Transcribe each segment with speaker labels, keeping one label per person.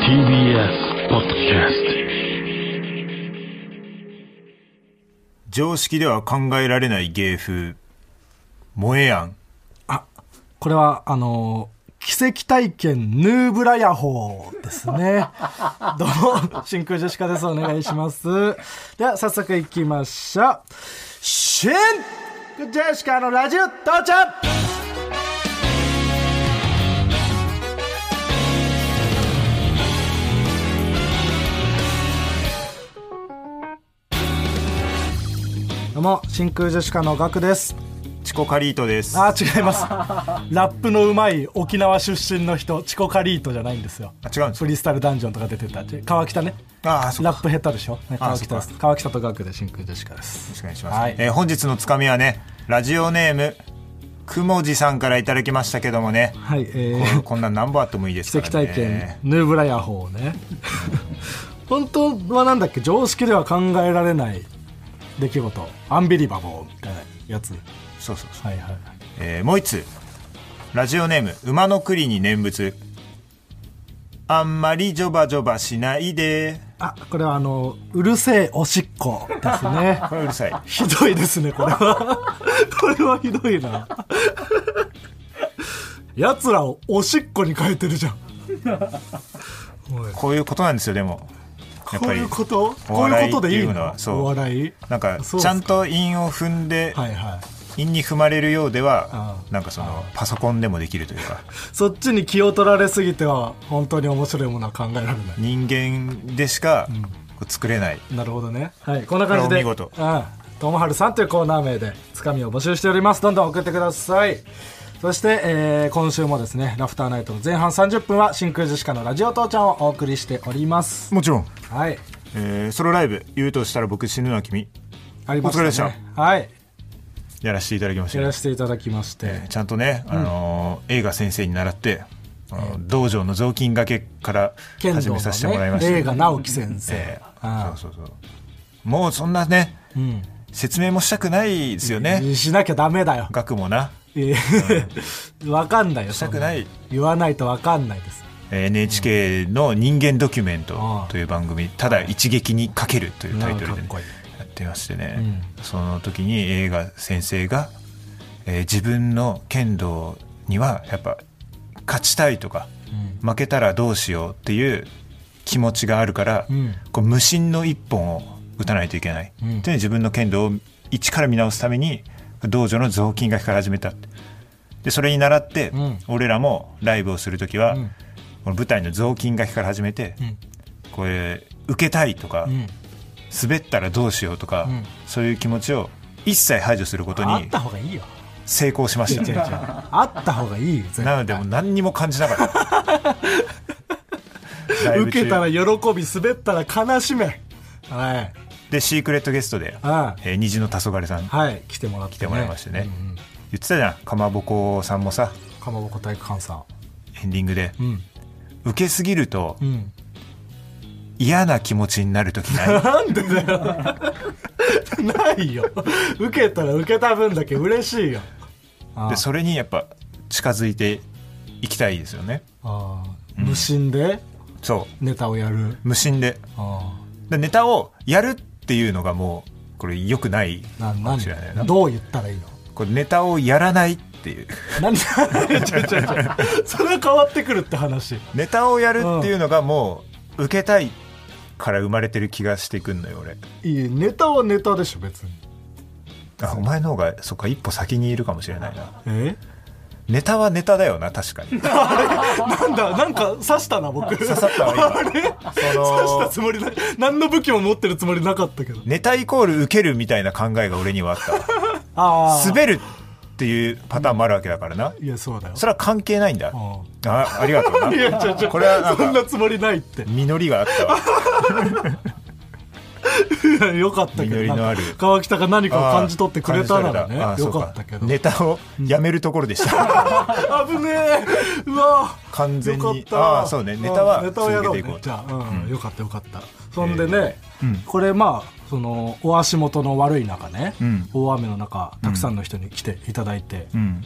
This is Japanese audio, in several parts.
Speaker 1: TBS ポッドキャス
Speaker 2: 常識では考えられない芸風萌えやん
Speaker 3: これは、あの奇跡体験ヌーブラヤホーですね。どうも、真空ジェシカです。お願いします。では、早速行きましょう。真空ジェシカのラジオ父ちゃんどうも、真空ジェシカのガクです。
Speaker 2: チコカリートです
Speaker 3: あー違いますラップのうまい沖縄出身の人チコカリートじゃないんですよ
Speaker 2: あ違うんです
Speaker 3: フリースタイルダンジョンとか出てたち川北ね
Speaker 2: ああそう
Speaker 3: ラップ下手でしょ、ね、川
Speaker 2: そ
Speaker 3: 北
Speaker 2: う
Speaker 3: で
Speaker 2: か
Speaker 3: す川北とガクで真空ジェシカです
Speaker 2: よろしくお願いします、
Speaker 3: はい
Speaker 2: えー本日のつかみはねラジオネームくもじさんからいただきましたけども ね
Speaker 3: はいえ
Speaker 2: こ
Speaker 3: ー
Speaker 2: こんなん何本あってもいいです
Speaker 3: 奇
Speaker 2: から
Speaker 3: 跡
Speaker 2: ね
Speaker 3: 体験ヌーブラヤホー ね本当はなんだっけ常識では考えられない出来事アンビリバボーみたいなやつ
Speaker 2: そうそうそう、
Speaker 3: はいはい
Speaker 2: えーもう一つラジオネーム馬の栗に念仏あんまりジョバジョバしないで
Speaker 3: あこれはあのうるせえおしっこです ね
Speaker 2: これうるさい
Speaker 3: ひどいですね、これは。 これはひどいな。奴らをおしっこに変えてるじゃん。おい
Speaker 2: こういうことなんですよでもやっ
Speaker 3: こ
Speaker 2: ぱ
Speaker 3: う
Speaker 2: り
Speaker 3: いうこと
Speaker 2: お
Speaker 3: こうい
Speaker 2: 笑
Speaker 3: う
Speaker 2: い
Speaker 3: こ
Speaker 2: っ
Speaker 3: と
Speaker 2: て
Speaker 3: でい
Speaker 2: い
Speaker 3: いう
Speaker 2: の
Speaker 3: の
Speaker 2: はそう
Speaker 3: お笑い
Speaker 2: なんか
Speaker 3: そうっす
Speaker 2: ちゃんと韻を踏んで、
Speaker 3: はいはい。
Speaker 2: 韻に踏まれるようでは
Speaker 3: う
Speaker 2: なんかそのパソコンでもできるという か
Speaker 3: そっちに気を取られすぎては、本当に面白いものは考えられない。
Speaker 2: 人間でしかこう作れない、
Speaker 3: なるほどね。はい、こんな感じで。
Speaker 2: これお見事
Speaker 3: うん。ともはるさんというコーナー名で、つかみを募集しております。どんどん送ってください。そして、えー今週もですね、ラフターナイトの前半30分は、真空ジェシカのラジオ父ちゃんをお送りしております。
Speaker 2: もちろん、
Speaker 3: はい。
Speaker 2: えーソロライブ「言うとしたら僕死ぬのは君
Speaker 3: ありまし
Speaker 2: お疲れ
Speaker 3: た
Speaker 2: でした
Speaker 3: ね。はい。」
Speaker 2: やらせていただきました
Speaker 3: や
Speaker 2: ね、
Speaker 3: らせていただきまして。
Speaker 2: えーちゃんとね、あのー映画先生に習ってあの道場の雑巾がけから
Speaker 3: 剣
Speaker 2: 始
Speaker 3: 道
Speaker 2: めさせてもらい
Speaker 3: の
Speaker 2: ま
Speaker 3: ね、
Speaker 2: した、
Speaker 3: 映画直樹先生。
Speaker 2: えー
Speaker 3: ああ
Speaker 2: そうそうそうもうそんなね、
Speaker 3: ん
Speaker 2: 説明もしたくないですよね
Speaker 3: しなきゃダメだよ。
Speaker 2: 学もな
Speaker 3: ええ わかんないよ。
Speaker 2: したくない
Speaker 3: そんの言わないとわかんないです。
Speaker 2: えー NHK の「人間ドキュメン
Speaker 3: あ
Speaker 2: ト
Speaker 3: あ」
Speaker 2: という番組「ただ一撃にかける」というタイトルでね、
Speaker 3: うんかっこいい
Speaker 2: やってましてね、その時に映画先生が、えー自分の剣道にはやっぱ勝ちたいとか、負けたらどうしようっていう気持ちがあるから、
Speaker 3: ん
Speaker 2: こう無心の一本を打たないといけない、
Speaker 3: ん
Speaker 2: っていう自分の剣道を一から見直すために道場の雑巾がけから始めたってでそれに習って、
Speaker 3: ん
Speaker 2: 俺らもライブをする時は、この舞台の雑巾がけから始めて、
Speaker 3: ん
Speaker 2: これ受けたいとか、
Speaker 3: うん。
Speaker 2: 滑ったらどうしようとか、
Speaker 3: ん
Speaker 2: そういう気持ちを一切排除すること
Speaker 3: あ
Speaker 2: に
Speaker 3: った方がいいよ。
Speaker 2: 成功しました、
Speaker 3: 違う違うあった方がいいよ絶対
Speaker 2: なのでもう何にも感じなかった ライブ
Speaker 3: 受
Speaker 2: 中
Speaker 3: けたら喜び滑ったら悲しめはい
Speaker 2: でシークレットゲストで、
Speaker 3: ああ
Speaker 2: えー虹の黄昏さん来
Speaker 3: はい来てもらって、ね、来
Speaker 2: てもらいましてね
Speaker 3: うんうん、
Speaker 2: 言ってたじゃんかまぼこさんもさ
Speaker 3: かまぼこ体育館さん
Speaker 2: エンディングで、
Speaker 3: ん
Speaker 2: 受けすぎると
Speaker 3: うん
Speaker 2: 嫌な気持ちになる時ない
Speaker 3: なんでだよないよ受けたら受けた分だけ嬉しいよあ
Speaker 2: でそれにやっぱ近づいていきたいですよね
Speaker 3: あ無心で
Speaker 2: そ
Speaker 3: ネタをやる
Speaker 2: う無心で
Speaker 3: あ
Speaker 2: でネタをやるっていうのがもうこれ良くない
Speaker 3: あな
Speaker 2: かもしれないな
Speaker 3: 何どう言ったらいいの
Speaker 2: これネタをやらないって いう
Speaker 3: 何 違う違う違うそれは変わってくるって話
Speaker 2: ネタをやるっていうのがもう受けたいから生まれてる気がしてくんのよ俺
Speaker 3: いいネタはネタでしょ別に
Speaker 2: あお前の方がそっか一歩先にいるかもしれないな
Speaker 3: え
Speaker 2: ネタはネタだよな確 かに刺
Speaker 3: なんだ、なんか刺したな、僕。刺
Speaker 2: さったわ今そ
Speaker 3: 刺した
Speaker 2: の
Speaker 3: つもりない。何の武器も持ってるつもりなかったけど。
Speaker 2: ネタイコール受けるみたいな考えが俺にはあったわ
Speaker 3: ああ。
Speaker 2: 滑るっていうパターンもあるわけだからない
Speaker 3: や、そうだよ。
Speaker 2: それは関係ないんだ
Speaker 3: あ
Speaker 2: あありがとうな
Speaker 3: いや、ちょ、ちょ、
Speaker 2: これはなん
Speaker 3: そん
Speaker 2: か
Speaker 3: なつもりないって。
Speaker 2: 実りがあったわ
Speaker 3: いやよかったけど。
Speaker 2: 実りのある
Speaker 3: なんか川北が何かを感じ取ってくれたならね。
Speaker 2: あー感じ
Speaker 3: よ
Speaker 2: 取れた
Speaker 3: かったけ
Speaker 2: あーそう
Speaker 3: ど。
Speaker 2: ネタをやめるところでした、
Speaker 3: あ危ねえ。うわ
Speaker 2: 完全に
Speaker 3: よかった
Speaker 2: あーそうねネタは
Speaker 3: んネタをやろう、
Speaker 2: 続けていこ
Speaker 3: ね
Speaker 2: う、と
Speaker 3: じゃあ、うんよかったよかったそんでね、これまあそのお足元の悪い中ね、
Speaker 2: うん
Speaker 3: 大雨の中たくさんの人に来ていただいて、
Speaker 2: うん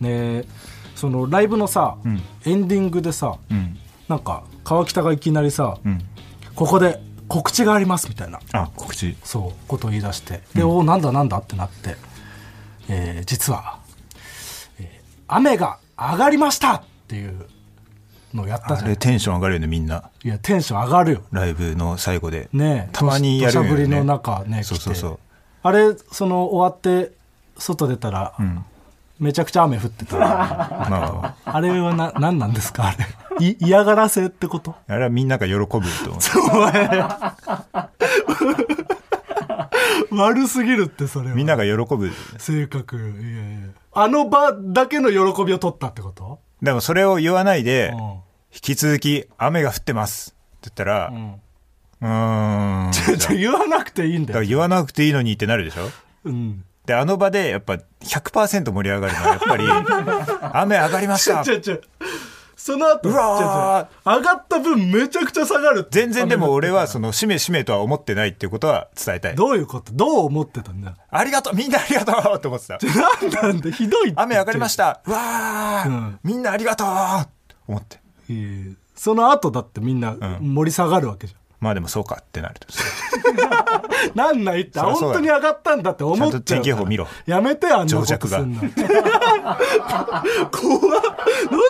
Speaker 3: ねそのライブのさ、エンディングでさ、
Speaker 2: うん
Speaker 3: なんか川北がいきなりさ、
Speaker 2: うん
Speaker 3: ここで告知がありますみたいな
Speaker 2: あ告知
Speaker 3: そうことを言い出してで、おおなんだなんだってなって、えー実は、えー雨が上がりました!」っていうのをやった
Speaker 2: あ
Speaker 3: じゃん
Speaker 2: れテンション上がるよねみんない
Speaker 3: やテンション上がるよ
Speaker 2: ライブの最後で
Speaker 3: ねえ
Speaker 2: たまにやるよ
Speaker 3: 土
Speaker 2: ね
Speaker 3: 砂降りの中ね
Speaker 2: そう
Speaker 3: 来
Speaker 2: そうそう
Speaker 3: てあれその終わって外出たら、
Speaker 2: ん
Speaker 3: めちゃくちゃ雨降って た
Speaker 2: まあまあま
Speaker 3: あれはな何なんですかあれい嫌がらせってこと
Speaker 2: ああれはみんなが喜ぶと思う
Speaker 3: 悪すぎるってそれは
Speaker 2: みんなが喜ぶ
Speaker 3: 性格いやいやあの場だけの喜びを取ったってこと
Speaker 2: でもそれを言わないで
Speaker 3: うん
Speaker 2: 引き続き雨が降ってますって言ったら
Speaker 3: うん
Speaker 2: うーん
Speaker 3: ちょちょ言わなくていいん
Speaker 2: だ
Speaker 3: だ
Speaker 2: から
Speaker 3: よ。
Speaker 2: 言わなくていいのにってなるでしょ
Speaker 3: うん。
Speaker 2: であの場でやっぱ100%盛り上がるのはやっぱり雨上がりました
Speaker 3: ちょちょ。その後、
Speaker 2: うわ
Speaker 3: ちょちょ上がった分めちゃくちゃ下がるって。
Speaker 2: 全然でも俺はそのしめしめとは思ってないっていうことは伝えたい
Speaker 3: どういうことどう思ってたんだ
Speaker 2: ありがとうみんなありがとうって思ってた
Speaker 3: なんなんだひどいって。
Speaker 2: 雨上がりましたうわー、
Speaker 3: うん
Speaker 2: みんなありがとうって思って
Speaker 3: いやいやその後だってみんな盛り下がるわけじゃ
Speaker 2: まあでもそうかってなると
Speaker 3: ん。なんないって、あ
Speaker 2: そりゃそうだ
Speaker 3: 本当
Speaker 2: よ
Speaker 3: に上がったんだって思っちゃう
Speaker 2: ち
Speaker 3: から。
Speaker 2: ゃんと天気予報見ろ
Speaker 3: やめて、あんなこ
Speaker 2: 情
Speaker 3: とす
Speaker 2: 弱が
Speaker 3: んの。 怖っなん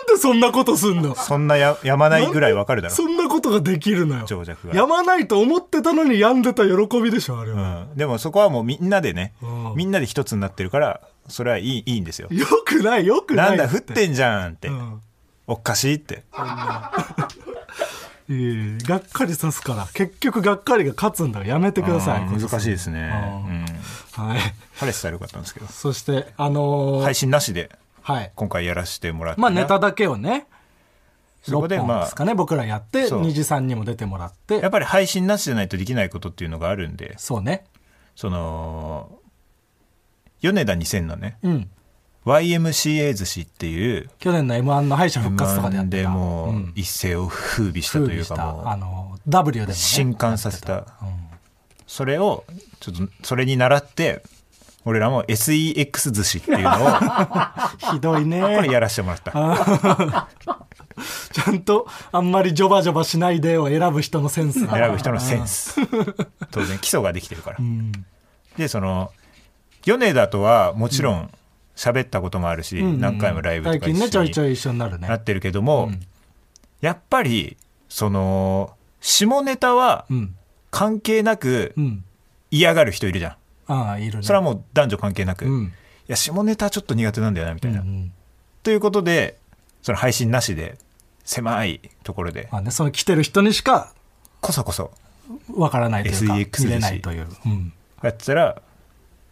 Speaker 3: でそんなことすんの
Speaker 2: そんなややまないぐらいわかるだろ
Speaker 3: そんなことができるのよ。
Speaker 2: 情弱が
Speaker 3: やまないと思ってたのにやんでた喜びでしょ、あれは。
Speaker 2: うん、でもそこはもうみんなでね
Speaker 3: うん
Speaker 2: みんなで一つになってるからそれはいいいいんですよ
Speaker 3: よくないよく
Speaker 2: な
Speaker 3: ない
Speaker 2: んだ降
Speaker 3: ふ
Speaker 2: ってんじゃんって、
Speaker 3: うん
Speaker 2: おかしいって
Speaker 3: いえいえがっかりさすから結局がっかりが勝つんだからやめてください
Speaker 2: うん難しいですね、
Speaker 3: う
Speaker 2: うん、
Speaker 3: はい
Speaker 2: 晴れてたらよかったんですけど
Speaker 3: そしてあのーは
Speaker 2: 配
Speaker 3: い、
Speaker 2: 信なしで今回やらせてもらって
Speaker 3: まあネタだけをね
Speaker 2: そこで
Speaker 3: 6本
Speaker 2: まあ
Speaker 3: ですかね、僕らやって
Speaker 2: そう
Speaker 3: 二次さんにも出てもらっ
Speaker 2: やってぱり配信なしじゃないとできないことっていうのがあるんで
Speaker 3: そうね
Speaker 2: その米田2000のね
Speaker 3: うん
Speaker 2: YMCA 寿司っていう
Speaker 3: 去年の m 1の敗者復活とかでや
Speaker 2: M1
Speaker 3: ってた
Speaker 2: でも
Speaker 3: う
Speaker 2: うん一世を風靡したというか
Speaker 3: 風靡した
Speaker 2: も
Speaker 3: あの W でも、
Speaker 2: う
Speaker 3: ね、
Speaker 2: 震撼させたそれをちょっとそれに習って俺らも SEX 寿司っていうの を
Speaker 3: ひどいね
Speaker 2: これやらせてもらった
Speaker 3: ちゃんとあんまりジョバジョバしないでを選ぶ人のセンスが
Speaker 2: 選ぶ人のセンス当然基礎ができてるから、でその米田とはもちろん喋ったこともあるし、
Speaker 3: うん
Speaker 2: 何回もライブと
Speaker 3: 最
Speaker 2: か一
Speaker 3: 近ねち
Speaker 2: 緒
Speaker 3: ょいちょ
Speaker 2: に
Speaker 3: い一緒になるね
Speaker 2: なってるけども、やっぱりその下ネタは
Speaker 3: うん
Speaker 2: 関係なく
Speaker 3: うん
Speaker 2: 嫌がる人いるじゃん、
Speaker 3: ああいるね
Speaker 2: それはもう男女関係なく、
Speaker 3: うん
Speaker 2: いや下ネタちょっと苦手なんだよなみたいな、
Speaker 3: うん
Speaker 2: ということでその配信なしで狭いところで
Speaker 3: まあね、その来てる人にしか
Speaker 2: こそこそ
Speaker 3: わからないというか
Speaker 2: SEX
Speaker 3: 見れないという、うん、
Speaker 2: やってたら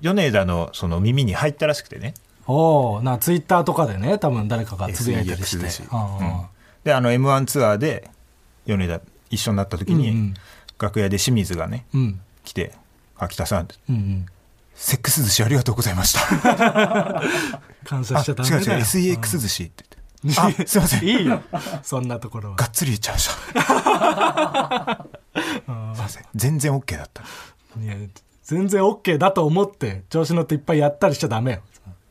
Speaker 2: 米田のその耳に入ったらしくてね
Speaker 3: おおなツイッターとかでね多分誰かがつぶやいたりして
Speaker 2: SEX ですし
Speaker 3: あ
Speaker 2: であの m 1ツアーで米田一緒になった時に、
Speaker 3: うんうん
Speaker 2: 楽屋で清水がね
Speaker 3: ーうん
Speaker 2: 来て「秋田さん
Speaker 3: うんうん
Speaker 2: セックス寿司ありがとうございました」
Speaker 3: 感謝
Speaker 2: あ
Speaker 3: しち
Speaker 2: 違
Speaker 3: ゃ
Speaker 2: う
Speaker 3: ダメだよ
Speaker 2: 違う SEX 寿司」って言って「あすいません
Speaker 3: いいよ そんなところは
Speaker 2: がっつり言っちゃいました」 すいません全然 OK だった
Speaker 3: いや全然 OK だと思って調子乗っていっぱいやったりしちゃダメよ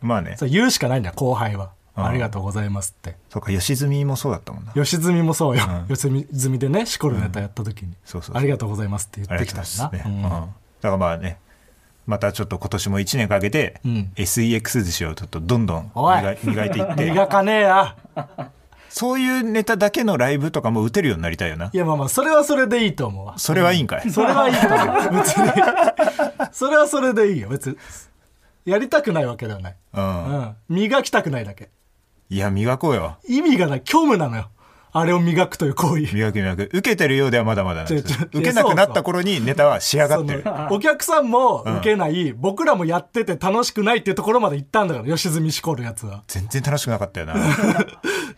Speaker 2: まあね
Speaker 3: それ言うしかないんだよ後輩は
Speaker 2: うん
Speaker 3: ありがとうございますって
Speaker 2: そうか吉住もそうだったもんな
Speaker 3: 吉住もそうよ、
Speaker 2: うん
Speaker 3: 吉住でねしこるネタやった時に、
Speaker 2: そうそうそう
Speaker 3: ありがとうございますって
Speaker 2: あ
Speaker 3: 言っ
Speaker 2: り
Speaker 3: て
Speaker 2: が
Speaker 3: き
Speaker 2: とう
Speaker 3: た
Speaker 2: ご
Speaker 3: し
Speaker 2: ざいますね、
Speaker 3: な、
Speaker 2: う
Speaker 3: う
Speaker 2: んだ
Speaker 3: ん
Speaker 2: からまあねまたちょっと今年も1年かけて、
Speaker 3: うん
Speaker 2: SEX 寿司をちょっとどんどん
Speaker 3: おい
Speaker 2: 磨い磨いていって
Speaker 3: 磨かねえや。
Speaker 2: そういうネタだけのライブとかも打てるようになりたいよない
Speaker 3: やまあまあそれはそれでいいと思うわ
Speaker 2: それはいいんかい。
Speaker 3: それはいいと思う別にそれはそれでいいよ別にやりたくないわけではない、
Speaker 2: う。
Speaker 3: うんん、磨きたくないだけ
Speaker 2: いや、磨こうよ。
Speaker 3: 意味がない虚無なのよあれを磨くという行為
Speaker 2: 磨く磨く。受けてるようではまだまだなんです
Speaker 3: ちょちょ
Speaker 2: 受けなくなった頃にネタは仕上がってる。
Speaker 3: そのお客さんも受けない、僕らもやってて楽しくないっていうところまで行ったんだから吉住しこるやつは
Speaker 2: 全然楽しくなかったよな。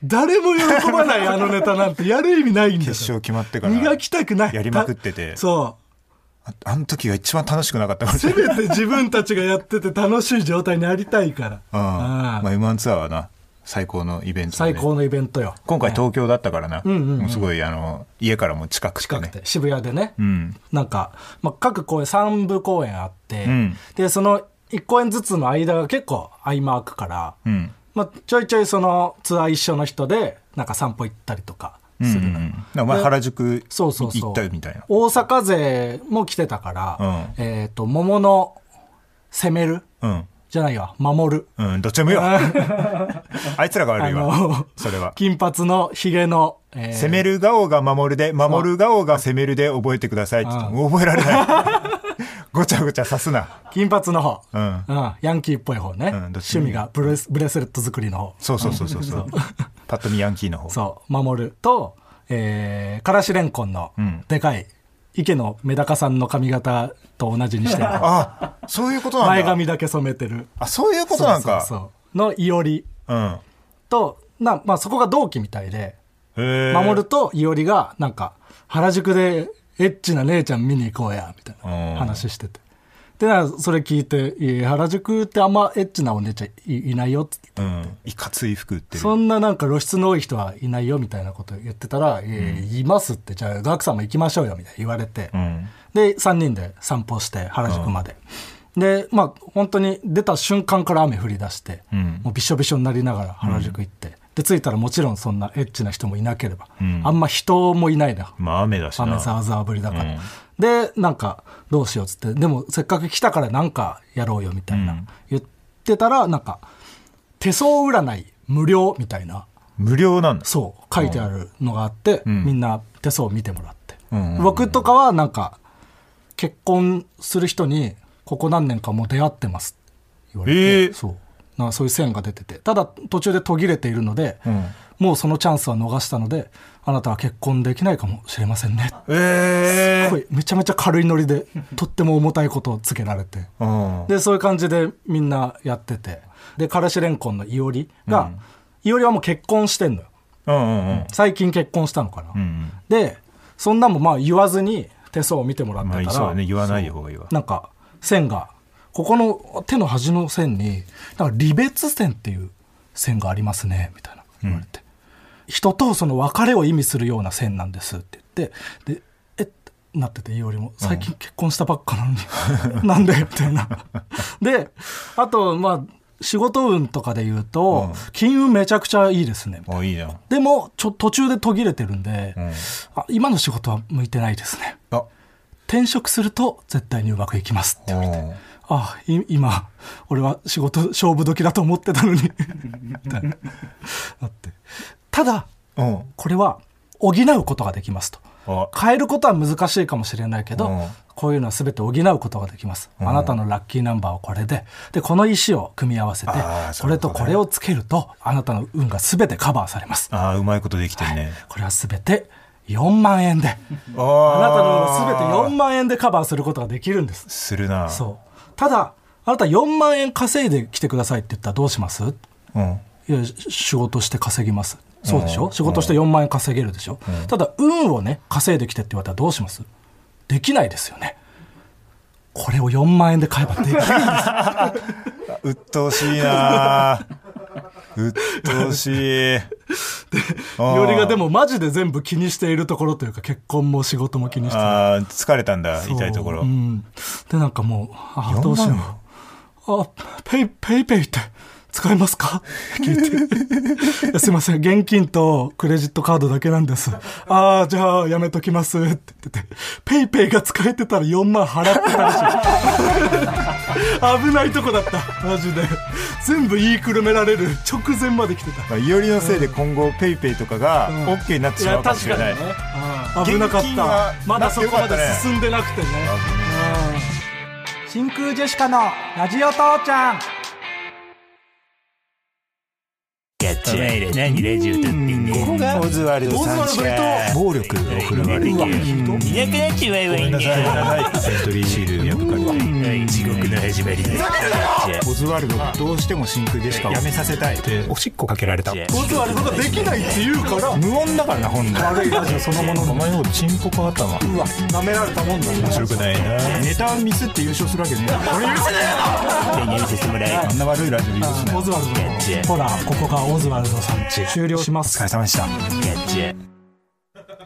Speaker 3: 誰も喜ば ないあのネタなんてやる意味ないんだ
Speaker 2: 決勝
Speaker 3: よ
Speaker 2: 決まってから。
Speaker 3: 磨きたくない
Speaker 2: やりまくってて
Speaker 3: たそう
Speaker 2: ああの時が一番楽しくなかったから。
Speaker 3: せめて自分たちがやってて楽しい状態になりたいから。
Speaker 2: うん。まあ
Speaker 3: うん
Speaker 2: M1 ツアーはな、最高のイベントだね
Speaker 3: 最高のイベントよ。
Speaker 2: 今回東京だったからな。もうすごい、あの、家からも近くて
Speaker 3: 近く
Speaker 2: ね。
Speaker 3: て、渋谷でね。
Speaker 2: うん。
Speaker 3: なんか、まあ、各公演、3部公演あって、
Speaker 2: うん
Speaker 3: で、その1公演ずつの間が結構合間空くから、
Speaker 2: うん。
Speaker 3: まあ、ちょいちょいそのツアー一緒の人で、なんか散歩行ったりとか、
Speaker 2: うんう
Speaker 3: す
Speaker 2: んう
Speaker 3: る
Speaker 2: ん
Speaker 3: のよ、
Speaker 2: なんか前
Speaker 3: で
Speaker 2: 原宿
Speaker 3: そうそうそ
Speaker 2: 行
Speaker 3: う
Speaker 2: ったよみたいな
Speaker 3: 大阪勢も来てたから、
Speaker 2: う
Speaker 3: えっ、と桃の攻めるじゃないわ守る
Speaker 2: うん、うん、どっちでもいいわ あいつらが悪い
Speaker 3: あ
Speaker 2: わ
Speaker 3: の
Speaker 2: それは
Speaker 3: 金髪のひげの、えー
Speaker 2: 攻める顔が守るで守る顔が攻めるで覚えてくださいって言っても覚えられ ないごちゃごちゃさすな
Speaker 3: 金髪の方、
Speaker 2: うん
Speaker 3: ヤンキーっぽい方ね、
Speaker 2: うんどっち
Speaker 3: 趣
Speaker 2: もいい
Speaker 3: 味がブレスブレスレット作りの方
Speaker 2: そうそうそうそうそうパッと見ヤンキーの方
Speaker 3: そう守ると、えー、からしれんこんの
Speaker 2: ん
Speaker 3: でかい、池のメダカさんの髪型と同じ にしてる方
Speaker 2: あそういうことなんだ
Speaker 3: 前髪だけ染めてる
Speaker 2: あそういうことなんか
Speaker 3: そうそうそうのいおり
Speaker 2: うん
Speaker 3: とな、まあ、そこが同期みたいで
Speaker 2: へー
Speaker 3: 守るといおりがなんか原宿でエッチな姉ちゃん見に行こうやみたい
Speaker 2: うん
Speaker 3: な話してて。でなんかそれ聞いていや「原宿ってあんまエッチなお姉ちゃんいいないよ」っつって
Speaker 2: うんいかつい服売ってる
Speaker 3: そんななんか露出の多い人はいないよみたいなこと言ってたら、えーいますって、じゃあ、ガクさんも行きましょうよみたいな言われて、
Speaker 2: うん
Speaker 3: で、3人で散歩して、原宿まで。で、まあ、本当に出た瞬間から雨降り出して、
Speaker 2: ん
Speaker 3: もうびしょびしょになりながら原宿行って、で、着いたらもちろんそんなエッチな人もいなければ、
Speaker 2: ん
Speaker 3: あんま人もいないな、
Speaker 2: まあ雨だしな
Speaker 3: 雨ざわざわぶりだから、
Speaker 2: うん
Speaker 3: でなんかどうしようっつってでもせっかく来たからなんかやろうよみたいな、
Speaker 2: うん
Speaker 3: 言ってたらなんか手相占い無料みたいな
Speaker 2: 無料なんだ
Speaker 3: そう書いてあるのがあって、
Speaker 2: ん
Speaker 3: みんな手相を見てもらって、
Speaker 2: うんうんうん
Speaker 3: 僕とかはなんか結婚する人にここ何年かもう出会ってますって言われて、
Speaker 2: えー
Speaker 3: そうなんかそういう線が出ててただ途中で途切れているので、
Speaker 2: うん
Speaker 3: もうそのチャンスは逃したのであなたは結婚できないかもしれませんね
Speaker 2: ええ
Speaker 3: すごいめちゃめちゃ軽いノリでとっても重たいことをつけられて
Speaker 2: うん
Speaker 3: でそういう感じでみんなやっててでからしれんこんのいおりが、いおりはもう結婚してんのよ
Speaker 2: うんうんうん
Speaker 3: 最近結婚したのかな、
Speaker 2: うん
Speaker 3: でそんなんもまあ言わずに手相を見てもらっ
Speaker 2: まあ
Speaker 3: てた
Speaker 2: そう
Speaker 3: ら、
Speaker 2: だね言わない方がいいわ
Speaker 3: なんか線がここの手の端の線になんか離別線っていう線がありますねみたいな言われて、人とその別れを意味するような線なんですって言ってでえっなってていおりも最近結婚したばっかなのに、 なんだよみたい なであとまあ仕事運とかで言うと、金運めちゃくちゃいいですねみたいな
Speaker 2: あいいじゃん
Speaker 3: でもちょ途中で途切れてるんで、
Speaker 2: うん
Speaker 3: あ今の仕事は向いてないですね
Speaker 2: あ
Speaker 3: 転職すると絶対にうまくいきますって言われて
Speaker 2: うん
Speaker 3: あい今俺は仕事勝負時だと思ってた のにみたいなだってただ
Speaker 2: うん
Speaker 3: これは補うことができますと
Speaker 2: あ
Speaker 3: 変えることは難しいかもしれないけど、
Speaker 2: うん
Speaker 3: こういうのは全て補うことができます、あなたのラッキーナンバーはこれででこの石を組み合わせて
Speaker 2: あーそ
Speaker 3: こ
Speaker 2: ういう
Speaker 3: れ
Speaker 2: こと
Speaker 3: と
Speaker 2: ね
Speaker 3: これをつけるとあなたの運が全てカバーされます
Speaker 2: あーうまいことできてるね
Speaker 3: これは全て4万円で
Speaker 2: あ
Speaker 3: あなた
Speaker 2: あ
Speaker 3: の運が全て4万円でカバーすることができるんです
Speaker 2: するな
Speaker 3: そうただあなた4万円稼いできてくださいって言ったらどうします
Speaker 2: うん
Speaker 3: いやし仕事して稼ぎますそうでしょ、仕事して4万円稼げるでしょ、ただ運をね稼いできてって言われたらどうしますできないですよねこれを4万円で買えば できる
Speaker 2: 鬱陶しい な鬱陶しいよ
Speaker 3: よりがでもマジで全部気にしているところというか結婚も仕事も気にしている
Speaker 2: あー疲れたんだ痛いところ
Speaker 3: うん、でなんかもうあどうしようあペイペイペイって使えますか聞いて いやすいません現金とクレジットカードだけなんですああじゃあやめときますって言っててペイペイが使えてたら4万払ってたらしい 危ないとこだったマジで全部言いくるめられる直前まで来てた
Speaker 2: まあいおりのせいで今後ペイペイとかが OK になってしまうかもしれない
Speaker 3: うん危なかっ
Speaker 2: 現金は
Speaker 3: たまだそこま
Speaker 2: なって
Speaker 3: で
Speaker 2: よかったね
Speaker 3: 進んでなくてねうん真空ジェシカのラジオ父ちゃん
Speaker 4: 何レジ歌ってんねん
Speaker 2: オズワルドさんしか暴力を振るわれている
Speaker 4: いなくなっちまえばいいん
Speaker 2: なさ
Speaker 4: だ
Speaker 2: い
Speaker 4: よ
Speaker 2: なさいセントリーシール破かれている
Speaker 4: はい地獄の始まりだ
Speaker 2: オズワルドがどうしても真空ジェシカをやめさせたいっておしっこかけられた
Speaker 3: こいつはあれことできないって言うから
Speaker 2: 無音だからな本来悪いラジオそのもののお前のことチンポコ頭うわ
Speaker 3: 舐められたもんだ
Speaker 2: 面白くないなネタミスって優勝するわけね俺許せね
Speaker 4: 手に寄せてもらえ
Speaker 2: えあんな悪いラジオ許せない
Speaker 3: オズワルドのほらここがオズワルドさんち終了しま
Speaker 2: お
Speaker 3: す
Speaker 2: 疲れ様でした
Speaker 4: ガチャ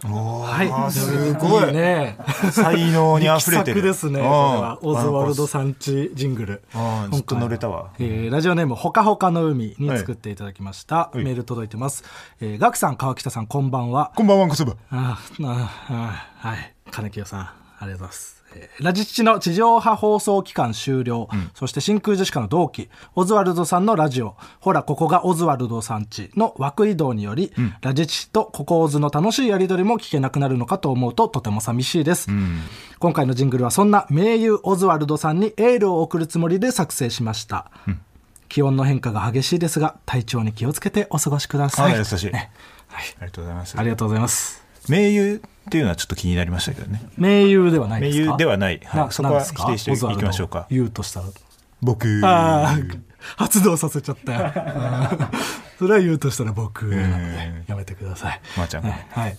Speaker 2: お
Speaker 3: はい
Speaker 2: ーすごい
Speaker 3: ね
Speaker 2: 才能に溢れてる
Speaker 3: 力作ですね
Speaker 2: うん
Speaker 3: これはオズワルド
Speaker 2: ん
Speaker 3: さんちジングル
Speaker 2: うんずっと乗れたわ
Speaker 3: 今回はえーラジオネームほかほかの海に作っていただきました、
Speaker 2: い
Speaker 3: メール届いてます、えー、ガクさん川北さんこんばんは
Speaker 2: こんばんはこそば
Speaker 3: あーあーはい金清さんありがとうございますえーラジチの地上波放送期間終了、そして真空ジェシカの同期オズワルドさんのラジオ「ほらここがオズワルドさんち」の枠移動により、ラジチとココオズの楽しいやり取りも聞けなくなるのかと思うととても寂しいです、今回のジングルはそんな名優オズワルドさんにエールを送るつもりで作成しました、気温の変化が激しいですが体調に気をつけてお過ごしください
Speaker 2: あ優しい
Speaker 3: ねはい、
Speaker 2: ありがとうございます
Speaker 3: ありがとうございます
Speaker 2: 名優っていうのはちょっと気になりましたけどね
Speaker 3: 名優ではないですか
Speaker 2: 名優ではないはいそこは
Speaker 3: なんですか
Speaker 2: 否定して
Speaker 3: オズワルド
Speaker 2: いきましょうか
Speaker 3: 言うとしたら
Speaker 2: 僕
Speaker 3: あー発動させちゃったよ うんそれは言うとしたら僕なので
Speaker 2: え
Speaker 3: やめてください
Speaker 2: まーちゃん
Speaker 3: はいはい